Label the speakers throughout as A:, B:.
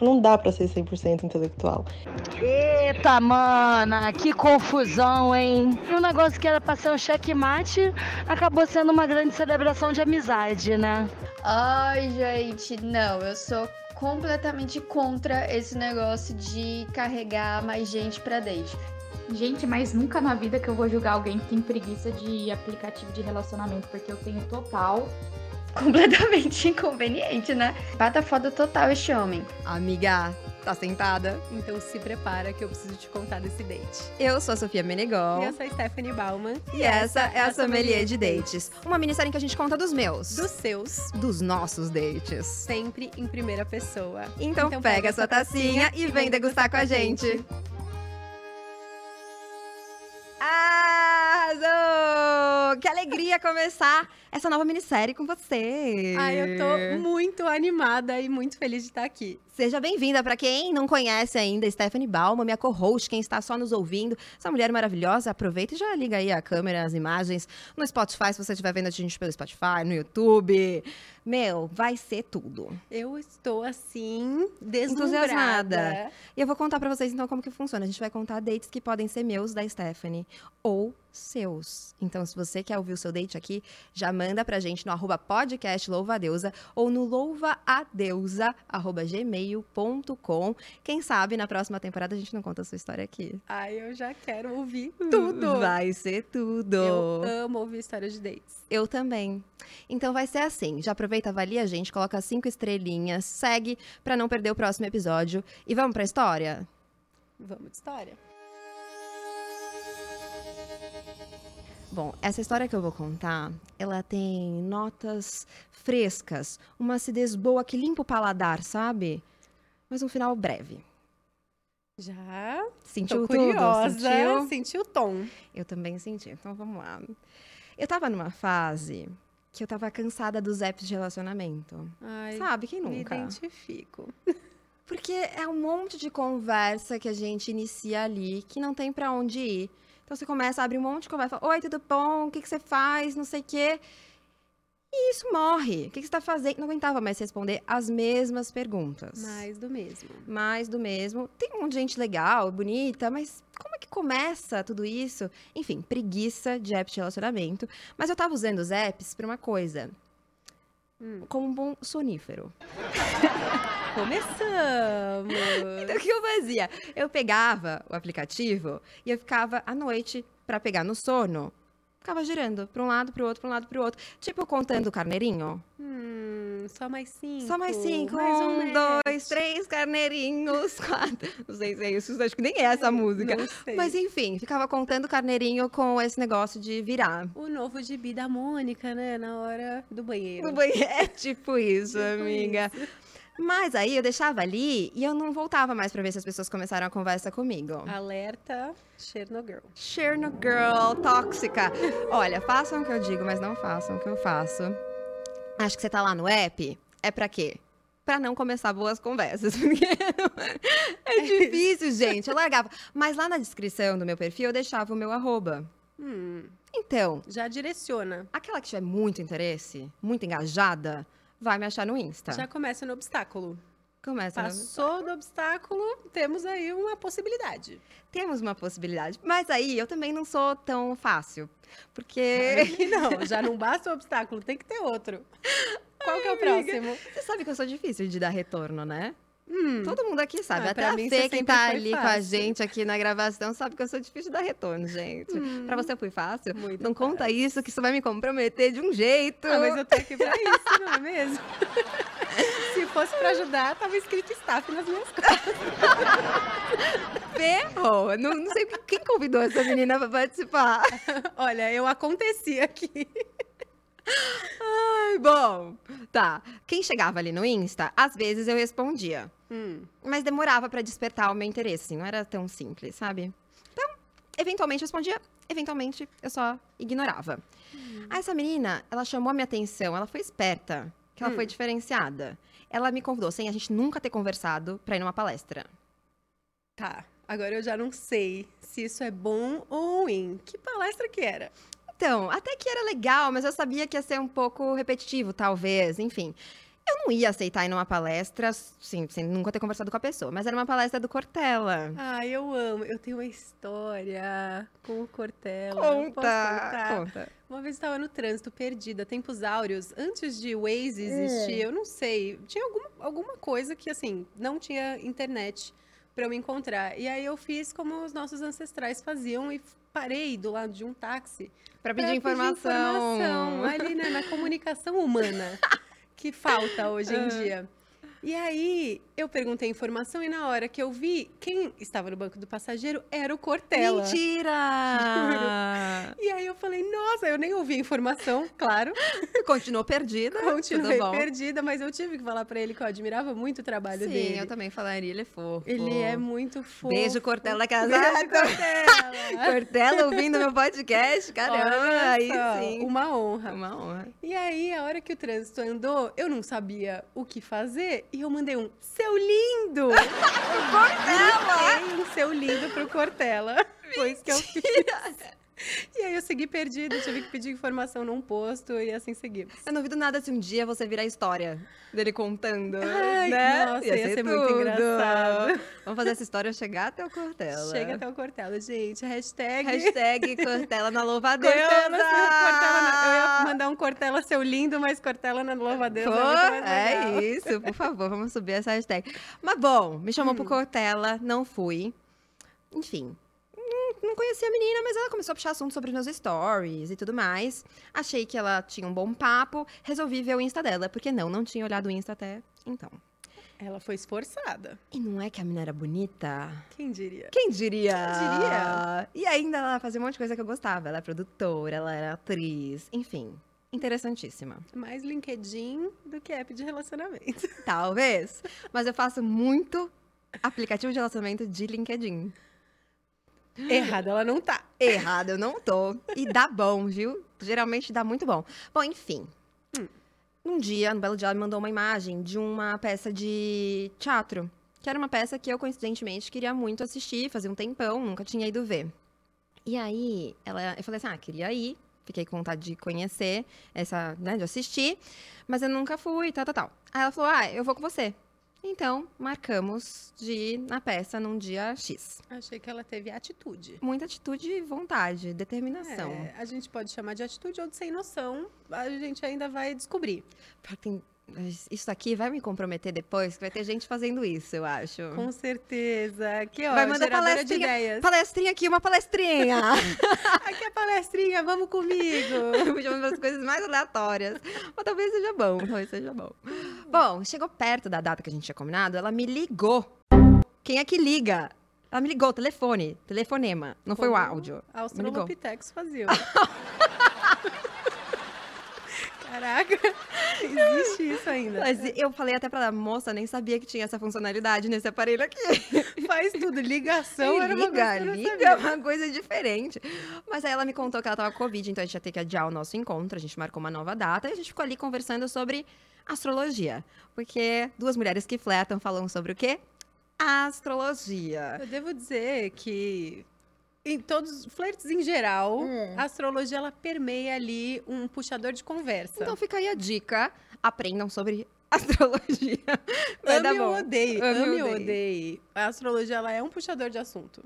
A: Não dá pra ser 100% intelectual.
B: Eita, mana, que confusão, hein? Um negócio que era pra ser um checkmate acabou sendo uma grande celebração de amizade, né?
C: Ai, gente, não, eu sou completamente contra esse negócio de carregar mais gente pra date.
D: Gente, mas nunca na vida que eu vou julgar alguém que tem preguiça de aplicativo de relacionamento, porque eu tenho total.
C: Completamente inconveniente, né? Bata foda total este homem.
E: Amiga, tá sentada? Então se prepara que eu preciso te contar desse date. Eu sou a Sofia Menegol.
F: eu sou é a Stephanie Bauman.
E: E essa é a Sommelier de Dates. Uma minissérie em que a gente conta dos meus.
F: Dos seus,
E: Dos nossos dates.
F: sempre em primeira pessoa.
E: Então,
F: Então
E: pega sua tacinha e vem degustar com a gente. Arrasou! Que alegria começar essa nova minissérie com você.
F: Ai, eu tô muito animada e muito feliz de estar aqui.
E: Seja bem-vinda. Pra quem não conhece ainda, Stephanie Bauman, minha co-host, quem está só nos ouvindo, essa mulher maravilhosa, aproveita e já liga aí a câmera, as imagens no Spotify, se você estiver vendo a gente pelo Spotify, no YouTube. Meu, vai ser tudo.
F: Eu estou assim,
E: Entusiasmada.
F: deslumbrada.
E: E eu vou contar pra vocês então como que funciona. A gente vai contar dates que podem ser meus da Stephanie ou seus. Então, se você quer ouvir o seu date aqui, já manda pra gente no arroba podcast louvadeusa ou no louvadeusa@gmail.com. Quem sabe na próxima temporada a gente não conta a sua história aqui.
F: Ai, eu já quero ouvir tudo.
E: Hum, Vai ser tudo.
F: Eu amo ouvir histórias de dates.
E: Eu também. Então vai ser assim. Já aproveita, avalia a gente, coloca cinco estrelinhas, segue pra não perder o próximo episódio. E vamos pra história?
F: Vamos de história.
E: Bom, essa história que eu vou contar, ela tem notas frescas, uma acidez boa que limpa o paladar, sabe? Mas um final breve.
F: Já
E: Sentiu
F: tô curiosa.
E: tudo? Sentiu?
F: Senti o tom.
E: Eu também senti. Então vamos lá. Eu tava numa fase que eu tava cansada dos apps de relacionamento.
F: Ai,
E: sabe quem
F: me
E: nunca?
F: identifico.
E: Porque é um monte de conversa que a gente inicia ali, que não tem pra onde ir. Então você começa, abre um monte de conversa, fala, oi, tudo bom? O que, que você faz? Não sei o quê. E isso morre. O que, que você tá fazendo? Não aguentava mais responder as mesmas perguntas.
F: Mais do mesmo.
E: Mais do mesmo. Tem um monte de gente legal, bonita, mas como é que começa tudo isso? Enfim, preguiça de app de relacionamento. Mas eu tava usando os apps pra uma coisa.
F: Hum.
E: Como um bom sonífero.
F: Começamos!
E: Então, o que eu fazia? Eu pegava o aplicativo e eu ficava à noite pra pegar no sono. Ficava girando pra um lado, pro outro, pra um lado, pro outro. Tipo contando o carneirinho.
F: Hum, só mais cinco.
E: Só mais cinco.
F: Mais
E: um,
F: um,
E: dois, três carneirinhos, quatro. Não sei se é isso, acho que nem é essa música.
F: Não sei.
E: Mas enfim, ficava contando o carneirinho com esse negócio de virar.
F: O novo gibi da Mônica, né? Na hora do banheiro.
E: No banheiro. É tipo isso,
F: Tipo
E: amiga. Mas aí eu deixava ali e eu não voltava mais pra ver se as pessoas começaram a conversa comigo.
F: Alerta Chernobyl.
E: Chernobyl tóxica. Olha, façam o que eu digo, mas não façam o que eu faço. Acho que você tá lá no app. É pra quê? Pra não começar boas conversas. porque é difícil, gente. Eu largava. Mas lá na descrição do meu perfil eu deixava o meu arroba.
F: Hum,
E: Então,
F: já direciona.
E: aquela que tiver muito interesse, muito engajada, vai me achar no Insta.
F: Já começa no obstáculo.
E: Começa. né?
F: Passou do obstáculo, temos aí uma possibilidade.
E: Temos uma possibilidade. Mas aí eu também não sou tão fácil. Porque.
F: Claro que não, já não basta o obstáculo, tem que ter outro. Qual que é o próximo?
E: Você sabe que eu sou difícil de dar retorno, né?
F: Hum,
E: Todo mundo aqui sabe.
F: Ah,
E: Até
F: pra mim
E: você
F: você
E: que
F: sempre
E: tá
F: foi
E: ali com a
F: fácil.
E: gente aqui na gravação sabe que eu sou difícil de dar retorno, gente. Pra você foi fácil?
F: Hum. muito
E: Não conta isso, que isso vai me comprometer de um jeito.
F: Ah, mas eu tô aqui pra isso, não é mesmo? Se fosse pra ajudar, tava escrito staff nas minhas costas.
E: ferrou. Eu Não, não sei que- quem convidou essa menina pra participar.
F: Olha, eu aconteci aqui.
E: Ai, bom. Tá. Quem chegava ali no Insta, às vezes eu respondia.
F: Hum,
E: Mas demorava pra despertar o meu interesse. Não era tão simples, sabe? Então, eventualmente eu respondia, eventualmente eu só ignorava.
F: Uhum.
E: Aí essa menina, ela chamou a minha atenção, ela foi esperta, que ela
F: Hum.
E: foi diferenciada. Ela me convidou, sem a gente nunca ter conversado, pra ir numa palestra.
F: tá, agora eu já não sei se isso é bom ou ruim. Que palestra que era?
E: Então, até que era legal, mas eu sabia que ia ser um pouco repetitivo, talvez, enfim. Eu não ia aceitar ir numa palestra, sim, sem nunca ter conversado com a pessoa, mas era uma palestra do Cortella.
F: Ai, Ah, eu amo. Eu tenho uma história com o Cortella. Posso
E: Conta!
F: contar?
E: Conta.
F: Uma vez eu estava no trânsito, perdida, tempos áureos, antes de Waze
E: É.
F: existir, eu não sei. Tinha alguma, alguma coisa que, assim, não tinha internet para eu me encontrar. E aí eu fiz como os nossos ancestrais faziam e parei do lado de um táxi
E: Pra
F: pra
E: pedir informação.
F: informação, ali, né, na comunicação humana, que falta hoje
E: Ah.
F: em dia. E aí, eu perguntei a informação e na hora que eu vi, quem estava no banco do passageiro era o Cortella.
E: Mentira!
F: E aí eu falei, nossa, eu nem ouvi a informação, claro.
E: Continuou perdida.
F: Continuei
E: tudo bom.
F: perdida, mas eu tive que falar pra ele que eu admirava muito o trabalho
E: Sim,
F: dele.
E: eu também falaria, ele é fofo.
F: Ele é muito fofo.
E: Beijo, Cortella
F: Beijo,
E: casada.
F: Cortella.
E: Cortella ouvindo meu podcast, caramba,
F: Olha
E: aí
F: só,
E: sim.
F: Uma honra.
E: Uma honra.
F: E aí, a hora que o trânsito andou, eu não sabia o que fazer e eu mandei um seu lindo! Cortella! Mandei um seu lindo pro Cortella. Foi isso que eu fiz. E aí eu segui perdido, tive que pedir informação num posto e assim seguimos.
E: Eu não duvido nada se um dia você virar a história dele contando,
F: Ai,
E: né?
F: nossa, ia ser muito
E: tudo.
F: engraçado.
E: Vamos fazer essa história chegar até o Cortella.
F: Chega até o Cortella, gente. Hashtag.
E: Hashtag Cortella na louvadeira.
F: Cortella, seu Cortella na- Eu ia mandar um Cortella seu lindo, mas Cortella na louva a Deus.
E: Pô,
F: é muito mais legal.
E: é isso, por favor, vamos subir essa hashtag. Mas bom, me chamou pro Cortella, não fui. Enfim, não- não conhecia a menina, mas ela começou a puxar assunto sobre os meus stories e tudo mais. Achei que ela tinha um bom papo, resolvi ver o Insta dela, porque não, não tinha olhado o Insta até então.
F: Ela foi esforçada.
E: E não é que a menina era bonita?
F: Quem diria?
E: Quem diria?
F: diria?
E: E ainda ela fazia um monte de coisa que eu gostava. Ela é produtora, ela era atriz, enfim, interessantíssima.
F: Mais LinkedIn do que app de relacionamento.
E: Talvez. Mas eu faço muito aplicativo de relacionamento de LinkedIn.
F: Errada ela não tá.
E: Errado, eu não tô. E dá bom, viu? Geralmente dá muito bom. Bom, enfim. Num dia, no belo dia, ela me mandou uma imagem de uma peça de teatro. Que era uma peça que eu, coincidentemente, queria muito assistir, fazia um tempão, nunca tinha ido ver. E aí, ela, eu falei assim, ah, queria ir. Fiquei com vontade de conhecer, essa, né, de assistir. Mas eu nunca fui, tal, tal, tal. Aí ela falou, ah, eu vou com você. Então, marcamos de ir na peça num dia X.
F: Achei que ela teve atitude.
E: Muita atitude e vontade, determinação.
F: É, a gente pode chamar de atitude ou de sem noção. A gente ainda vai descobrir.
E: Pá, tem- Isso aqui vai me comprometer depois, que vai ter gente fazendo isso, eu acho.
F: Com certeza. Que ó,
E: Hum. Vai mandar
F: geradora de
E: palestrinha.
F: ideias.
E: Palestrinha aqui, uma palestrinha!
F: Aqui é a palestrinha, vamos comigo.
E: Me chamando as coisas mais aleatórias. Mas talvez seja bom, talvez seja bom. Bom, chegou perto da data que a gente tinha combinado, ela me ligou. Quem é que liga? Ela me ligou, telefone, telefonema. Não foi o
F: Como Ah,
E: áudio.
F: Australopithecus faziam. Caraca, existe isso ainda.
E: Mas eu falei até pra ela, moça, nem sabia que tinha essa funcionalidade nesse aparelho aqui.
F: Faz tudo, ligação
E: Sim,
F: Então, era
E: liga,
F: uma coisa que eu não
E: liga, é
F: sabia.
E: uma coisa diferente. Mas aí ela me contou que ela tava com Covid, então a gente ia ter que adiar o nosso encontro. A gente marcou uma nova data e a gente ficou ali conversando sobre astrologia. Porque duas mulheres que fletam falam sobre o quê? Astrologia.
F: Eu devo dizer que em todos flertes em geral,
E: Hum.
F: a astrologia ela permeia ali um puxador de conversa.
E: Então fica aí a dica: aprendam sobre astrologia. Vai dar
F: ame ou
E: bom.
F: odeie,
E: Ame ou
F: ame ou
E: odeie.
F: odeie, a astrologia ela é um puxador de assunto.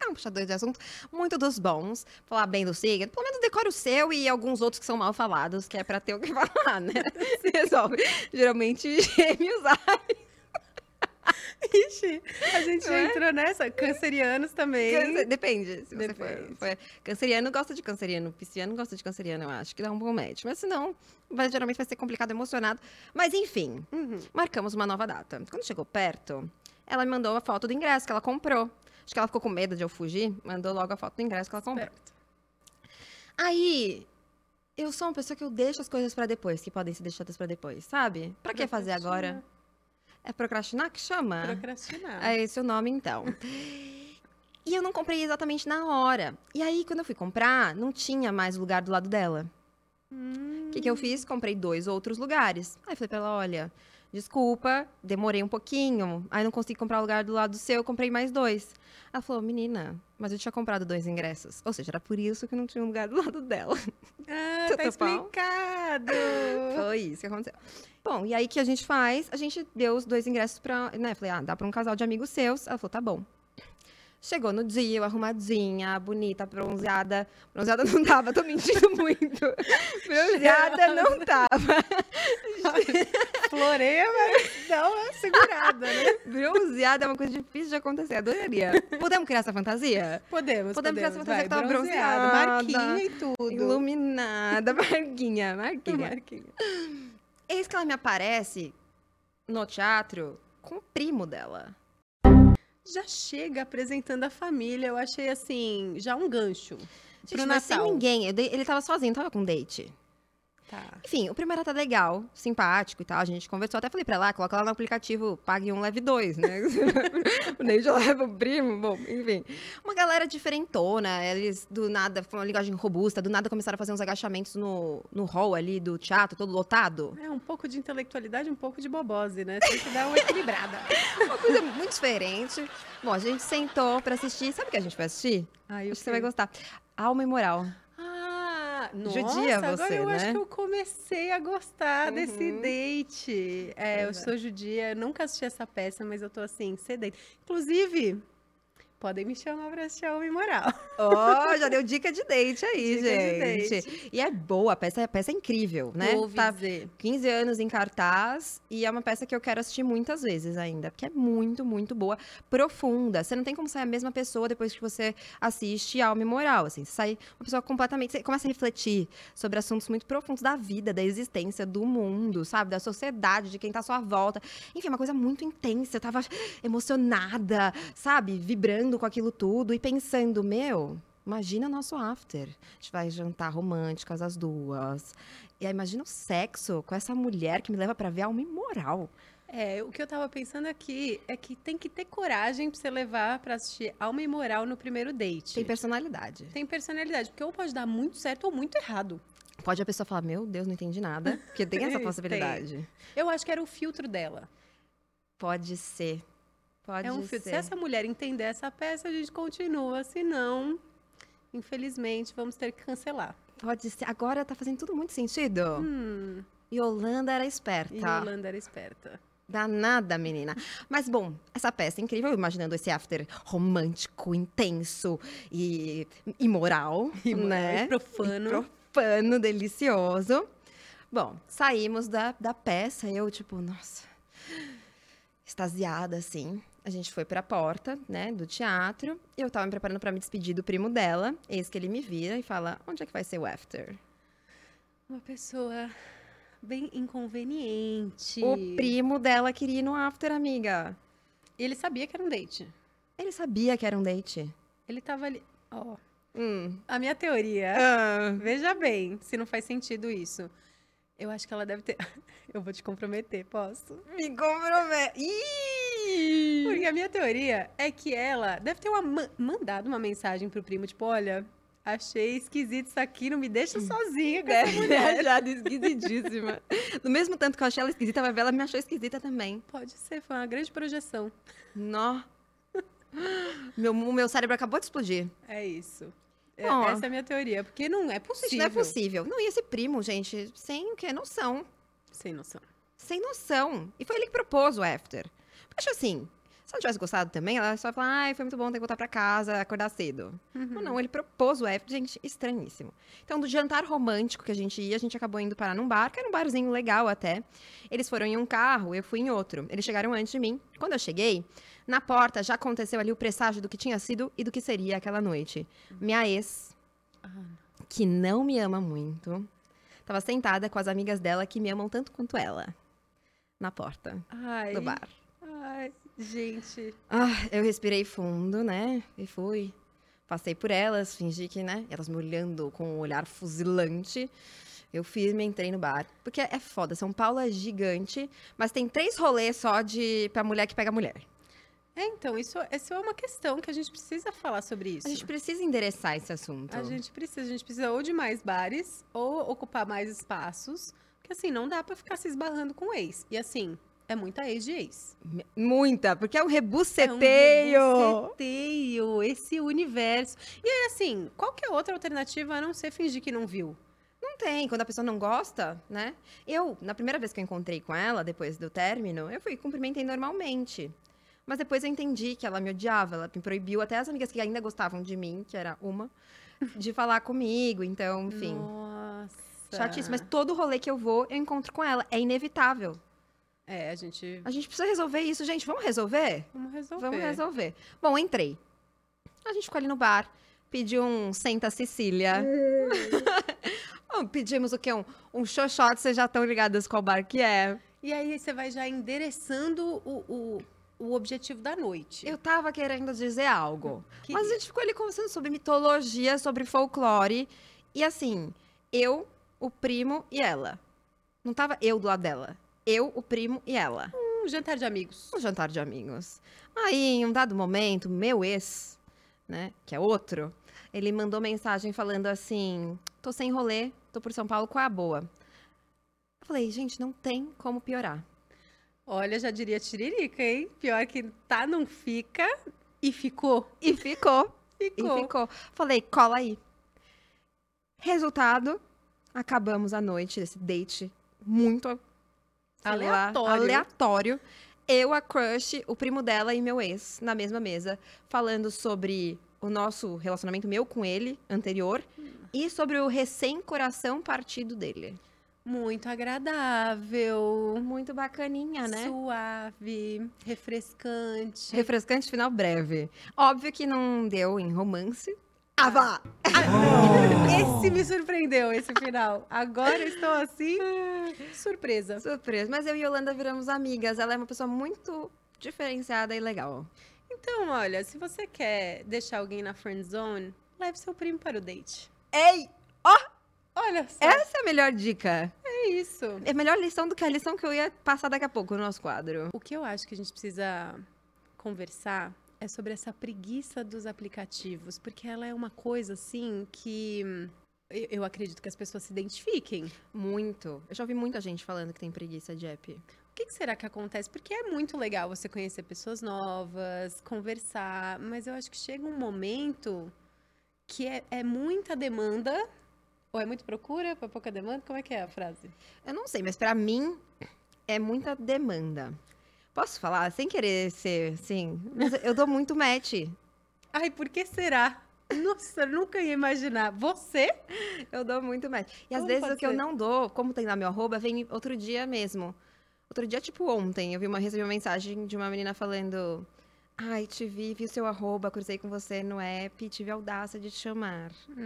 E: É um puxador de assunto muito dos bons. Falar bem do signo. Pelo menos decora o seu e alguns outros que são mal falados, que é pra ter o que falar, né? Se resolve. Geralmente, gêmeos
F: Ixi, a gente
E: Não é?
F: entrou nessa, cancerianos também.
E: Câncer- depende. Se você for,
F: Depende.
E: for- Canceriano gosta de canceriano, pisciano gosta de canceriano, eu acho, que dá um bom match. Mas se não, vai- geralmente vai ser complicado, emocionado. Mas enfim,
F: Uhum.
E: marcamos uma nova data. Quando chegou perto, ela me mandou a foto do ingresso que ela comprou. Acho que ela ficou com medo de eu fugir, mandou logo a foto do ingresso que ela comprou.
F: Certo.
E: Aí, eu sou uma pessoa que eu deixo as coisas pra depois, que podem ser deixadas pra depois, sabe? Pra que fazer agora? É procrastinar que chama?
F: Procrastinar.
E: É esse o nome, então. E eu não comprei exatamente na hora. E aí, quando eu fui comprar, não tinha mais lugar do lado dela. O que, que eu fiz? Comprei dois outros lugares. Aí falei pra ela: olha, desculpa, demorei um pouquinho, aí não consegui comprar o lugar do lado do seu, eu comprei mais dois. Ela falou, menina, mas eu tinha comprado dois ingressos. Ou seja, era por isso que não tinha um lugar do lado dela.
F: Ah,
E: Tudo
F: tá
E: bom?
F: explicado.
E: Foi isso que aconteceu. Bom, e aí o que a gente faz? A gente deu os dois ingressos pra. Né? Falei, ah, dá pra um casal de amigos seus. Ela falou, tá bom. Chegou no dia, eu arrumadinha, bonita, bronzeada. Bronzeada não tava, tô mentindo muito. Bronzeada não tava.
F: Floreia, mas dá uma é segurada, né?
E: Bronzeada é uma coisa difícil de acontecer, adoraria. Podemos criar essa fantasia?
F: Podemos, podemos.
E: Podemos criar essa fantasia
F: vai,
E: que tava bronzeada.
F: Marquinha e tudo.
E: Iluminada, Marguinha, Marguinha.
F: Marquinha.
E: Eis que ela me aparece no teatro com o primo dela.
F: Já chega apresentando a família, eu achei assim, já um gancho.
E: Gente,
F: Pro
E: mas é sem
F: Natal.
E: ninguém. eu dei- Ele tava sozinho, tava com date.
F: Tá.
E: Enfim, o primeiro tá legal, simpático e tal. A gente conversou, até falei pra lá, coloca lá no aplicativo, pague um, leve dois, né? o Ney já leva o primo, bom, enfim. Uma galera diferentona, eles do nada, foi uma linguagem robusta, do nada começaram a fazer uns agachamentos no, no hall ali do teatro, todo lotado.
F: É um pouco de intelectualidade, um pouco de bobose, né? Tem que dar uma equilibrada.
E: Uma coisa muito diferente. Bom, a gente sentou pra assistir. Sabe o que a gente vai assistir?
F: Aí
E: Acho que você vai gostar. Alma e Moral.
F: Ah, nossa,
E: Judia
F: agora
E: você,
F: eu acho
E: né?
F: que eu comecei a gostar desse
E: Uhum.
F: date. É, eu
E: Pois é.
F: sou judia, eu nunca assisti essa peça, mas eu tô assim, sedente. Inclusive, podem me chamar pra assistir a Homem Moral.
E: Ó, já deu dica de date aí,
F: Dica de
E: gente. E é boa, a peça, a peça é incrível, né?
F: Ouvi
E: Tá
F: dizer.
E: 15 anos em cartaz e é uma peça que eu quero assistir muitas vezes ainda, porque é muito, muito boa, profunda. Você não tem como sair a mesma pessoa depois que você assiste Alma e Moral, assim, você sai uma pessoa completamente, você começa a refletir sobre assuntos muito profundos da vida, da existência, do mundo, sabe, da sociedade, de quem tá à sua volta. Enfim, é uma coisa muito intensa, eu tava emocionada, sabe, vibrando com aquilo tudo e pensando, meu, Imagina nosso after. A gente vai jantar românticas as duas. E aí, imagina o sexo com essa mulher que me leva pra ver alma imoral.
F: É, o que eu tava pensando aqui é que tem que ter coragem pra você levar pra assistir Alma e Moral no primeiro date.
E: Tem personalidade.
F: Tem personalidade, porque ou pode dar muito certo ou muito errado.
E: Pode a pessoa falar, meu Deus, não entendi nada. Porque tem essa
F: Tem.
E: possibilidade.
F: Eu acho que era o filtro dela.
E: Pode ser. Pode
F: é um
E: ser.
F: filtro. Se essa mulher entender essa peça, a gente continua. Se não, infelizmente, vamos ter que cancelar.
E: Pode ser. Agora tá fazendo tudo muito sentido.
F: Hum,
E: Yolanda era
F: e
E: esperta.
F: Yolanda era esperta.
E: Danada, menina. Mas bom, essa peça é incrível, imaginando esse after romântico, intenso e imoral, né?
F: E profano.
E: Profano, delicioso. Bom, saímos da, da peça, eu, tipo, nossa, extasiada, assim. A gente foi pra porta, né, do teatro. E eu tava me preparando pra me despedir do primo dela. Eis que ele me vira e fala, onde é que vai ser o after?
F: Uma pessoa bem inconveniente.
E: O primo dela queria ir no after, amiga.
F: E Ele sabia que era um date.
E: Ele sabia que era um date.
F: Ele tava ali. Ó,
E: Hum.
F: a minha teoria.
E: Ah.
F: Veja bem, se não faz sentido isso. Eu acho que ela deve ter. Eu vou te comprometer, posso?
E: Me comprometo. Ih!
F: Porque a minha teoria é que ela deve ter uma ma- mandado uma mensagem pro primo, tipo, olha, achei esquisito isso aqui, não me deixa sozinha. né?" com essa mulher.
E: Viajada esquisitíssima. Do mesmo tanto que eu achei ela esquisita, a ela me achou esquisita também.
F: Pode ser, foi uma grande projeção.
E: Nó. Meu, o meu cérebro acabou de explodir.
F: É isso. É-
E: Ó.
F: Essa é a minha teoria, porque não é
E: Isso
F: possível.
E: não é possível. Não, e esse primo, gente, sem o quê? Noção.
F: Sem noção.
E: Sem noção. E foi ele que propôs o after. Acho assim, se ela tivesse gostado também, ela só ia falar, ai, foi muito bom, tem que voltar pra casa, acordar cedo. Mas não, ele propôs o after. Gente, estranhíssimo. Então, do jantar romântico que a gente ia, a gente acabou indo parar num bar, que era um barzinho legal até. Eles foram em um carro, eu fui em outro. Eles chegaram antes de mim. Quando eu cheguei, na porta já aconteceu ali o presságio do que tinha sido e do que seria aquela noite. Minha ex, que não me ama muito, tava sentada com as amigas dela que me amam tanto quanto ela. Na porta
F: Ai,
E: do bar.
F: ai, gente.
E: Ah, eu respirei fundo, né? E fui. Passei por elas, fingi que, né? Elas me olhando com um olhar fuzilante. Eu firme entrei no bar. Porque é foda, São Paulo é gigante, mas tem três rolês só de pra mulher que pega mulher.
F: É, então, isso, isso é uma questão que a gente precisa falar sobre isso.
E: A gente precisa endereçar esse assunto.
F: A gente precisa, a gente precisa ou de mais bares, ou ocupar mais espaços. Porque assim, não dá pra ficar se esbarrando com o ex. E assim, É muita ex de ex.
E: Muita, porque é um
F: É um
E: rebuceteio.
F: rebuceteio, esse universo. E aí, assim, qual que é outra alternativa a não ser fingir que não viu?
E: Não tem, quando a pessoa não gosta, né? Eu, na primeira vez que eu encontrei com ela, depois do término, eu fui cumprimentei normalmente. Mas depois eu entendi que ela me odiava, ela me proibiu, até as amigas que ainda gostavam de mim, que era uma, de falar comigo, então, enfim.
F: Nossa.
E: Chatíssimo, mas todo rolê que eu vou, eu encontro com ela. É inevitável.
F: É, a gente.
E: A gente precisa resolver isso, gente. Vamos resolver?
F: Vamos resolver.
E: Vamos resolver. Bom, entrei. A gente ficou ali no bar, pedi um Senta Cecília. Bom, Pedimos o quê? Um, um xoxote, vocês já estão ligadas qual bar que é.
F: E aí você vai já endereçando o, o, o objetivo da noite.
E: Eu tava querendo dizer algo.
F: Que-
E: Mas a gente ficou ali conversando sobre mitologia, sobre folclore. E assim, eu, o primo e ela. Não tava eu do lado dela. Eu, o primo e ela.
F: um jantar de amigos.
E: um jantar de amigos. Aí, em um dado momento, meu ex, né, que é outro, ele mandou mensagem falando assim: tô sem rolê, tô por São Paulo com a boa. Eu falei, gente, não tem como piorar.
F: Olha, já diria tiririca, hein? Pior que tá, não fica. E ficou.
E: E ficou,
F: Ficou.
E: e ficou. Falei, cola aí. Resultado: acabamos a noite desse date muito sei lá,
F: Aleatório.
E: aleatório. Eu, a crush, o primo dela e meu ex na mesma mesa, falando sobre o nosso relacionamento meu com ele anterior e sobre o recém-coração partido dele.
F: Muito agradável.
E: Muito
F: É,
E: bacaninha, né?
F: Suave, refrescante.
E: Refrescante final breve. Óbvio que não deu em romance. Ah, vá!
F: Esse me surpreendeu, esse final. Agora eu estou assim, surpresa.
E: Surpresa. Mas eu e Yolanda viramos amigas. Ela é uma pessoa muito diferenciada e legal.
F: Então, olha, se você quer deixar alguém na friend zone, leve seu primo para o date.
E: Ei!
F: Olha só, é,
E: Essa é a melhor dica.
F: isso.
E: É a melhor lição do que a lição que eu ia passar daqui a pouco no nosso quadro.
F: O que eu acho que a gente precisa conversar é sobre essa preguiça dos aplicativos, porque ela é uma coisa assim que hum, eu eu acredito que as pessoas se identifiquem.
E: Muito. Eu já ouvi muita gente falando que tem preguiça de app.
F: O que, que será que acontece? Porque é muito legal você conhecer pessoas novas, conversar, mas eu acho que chega um momento que é, é muita demanda, ou é muita procura para pouca demanda? Como é que é a frase?
E: Eu não sei, mas pra mim é muita demanda. Posso falar sem querer ser, sim. Mas eu dou muito match.
F: Ai, por que será? Nossa, eu nunca ia imaginar. Você?
E: Eu dou muito match. E às
F: Como
E: vezes
F: pode
E: o que eu
F: ser?
E: não dou, como tem lá meu arroba, vem outro dia mesmo. Outro dia, tipo ontem, eu vi uma, recebi uma mensagem de uma menina falando: Ai, te vi, vi seu arroba, cruzei com você no app, tive a audácia de te chamar. Não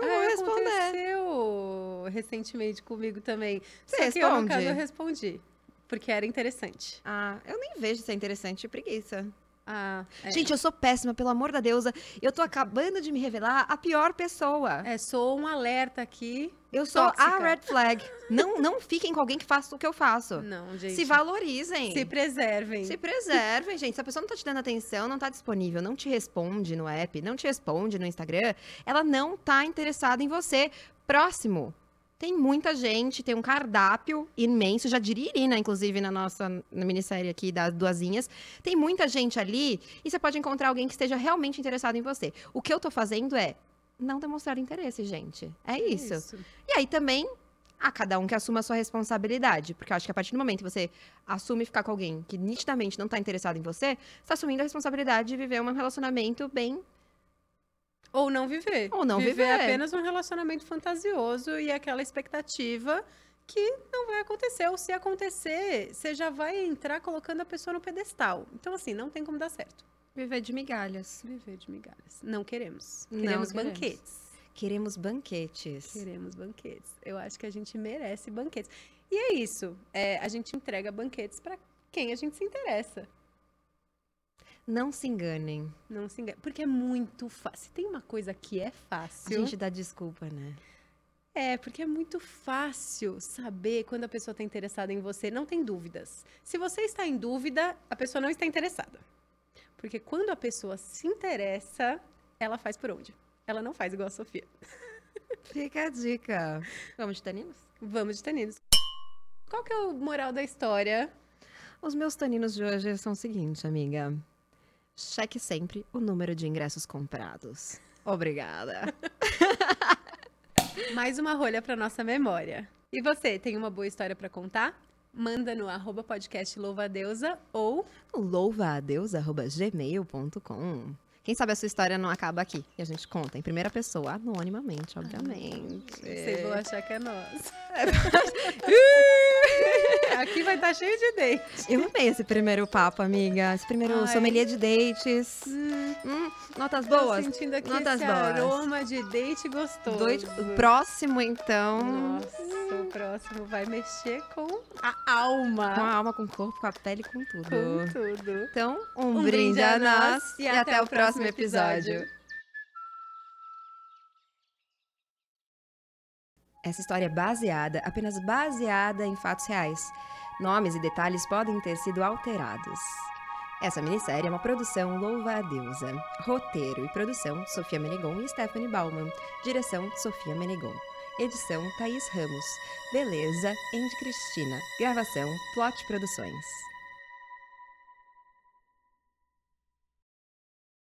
F: Ah,
E: Hum. vou responder.
F: Aconteceu recentemente comigo também.
E: Você
F: Só que eu, no
E: responde?
F: caso, eu respondi. Porque era interessante.
E: Ah, eu nem vejo se é interessante, preguiça.
F: Ah, é,
E: Gente, eu sou péssima, pelo amor da deusa. Eu tô acabando de me revelar a pior pessoa.
F: é, sou um alerta aqui.
E: eu sou a
F: tóxica.
E: red flag. não, não fiquem com alguém que faça o que eu faço.
F: Não, gente.
E: Se valorizem.
F: Se preservem.
E: Se preservem, gente. Se a pessoa não tá te dando atenção, não tá disponível, não te responde no app, não te responde no Instagram, ela não tá interessada em você. Próximo. Tem muita gente, tem um cardápio imenso, já diria Irina, inclusive, na nossa na minissérie aqui das Duazinhas. Tem muita gente ali e você pode encontrar alguém que esteja realmente interessado em você. O que eu tô fazendo é não demonstrar interesse, gente. É isso. E aí também, a cada um que assuma a sua responsabilidade. Porque eu acho que a partir do momento que você assume ficar com alguém que nitidamente não tá interessado em você, você tá assumindo a responsabilidade de viver um relacionamento bem.
F: Ou não viver.
E: Ou não
F: viver.
E: viver.
F: apenas um relacionamento fantasioso e aquela expectativa que não vai acontecer. Ou se acontecer, você já vai entrar colocando a pessoa no pedestal. Então, assim, não tem como dar certo.
E: Viver de migalhas.
F: Viver de migalhas. Não queremos.
E: Não
F: Queremos
E: queremos.
F: banquetes.
E: Queremos banquetes.
F: Queremos banquetes. Eu acho que a gente merece banquetes. E é isso. É, a gente entrega banquetes pra quem a gente se interessa.
E: Não se enganem.
F: Não se engana. Porque é muito fácil. Se tem uma coisa que é
E: A
F: fácil.
E: gente dá desculpa, né?
F: É, porque é muito fácil saber quando a pessoa está interessada em você. Não tem dúvidas. Se você está em dúvida, a pessoa não está interessada. Porque quando a pessoa se interessa, ela faz por onde? Ela não faz igual a Sofia.
E: Fica a dica. Vamos de taninos?
F: Vamos de taninos. Qual que é o moral da história?
E: Os meus taninos de hoje são o seguinte, amiga. Cheque sempre o número de ingressos comprados. Obrigada.
F: Mais uma rolha para nossa memória. E você, tem uma boa história para contar? Manda no arroba podcast Louvadeusa ou
E: louvadeus.gmail.com Quem sabe a sua história não acaba aqui. E a gente conta em primeira pessoa, anonimamente, obviamente.
F: vocês vão achar que é nós. Aqui vai estar cheio de dente.
E: Eu amei esse primeiro papo, amiga. Esse primeiro
F: Ai.
E: sommelier de dates. Hum, notas
F: Tô
E: boas.
F: sentindo aqui
E: notas
F: esse
E: boas.
F: aroma de date gostoso.
E: Dois... Próximo, então.
F: Nossa, o próximo vai mexer com a alma.
E: Com a alma, com o corpo, com a pele, com tudo.
F: Com tudo.
E: Então, um, brinde, a nós e até, o próximo episódio. Essa história é baseada, apenas baseada em fatos reais. Nomes e detalhes podem ter sido alterados. Essa minissérie é uma produção Louva a Deusa. Roteiro e produção, Sofia Menegon e Stephanie Bauman. Direção, Sofia Menegon. Edição, Thaís Ramos. Beleza, Andy Cristina. Gravação, Plot Produções.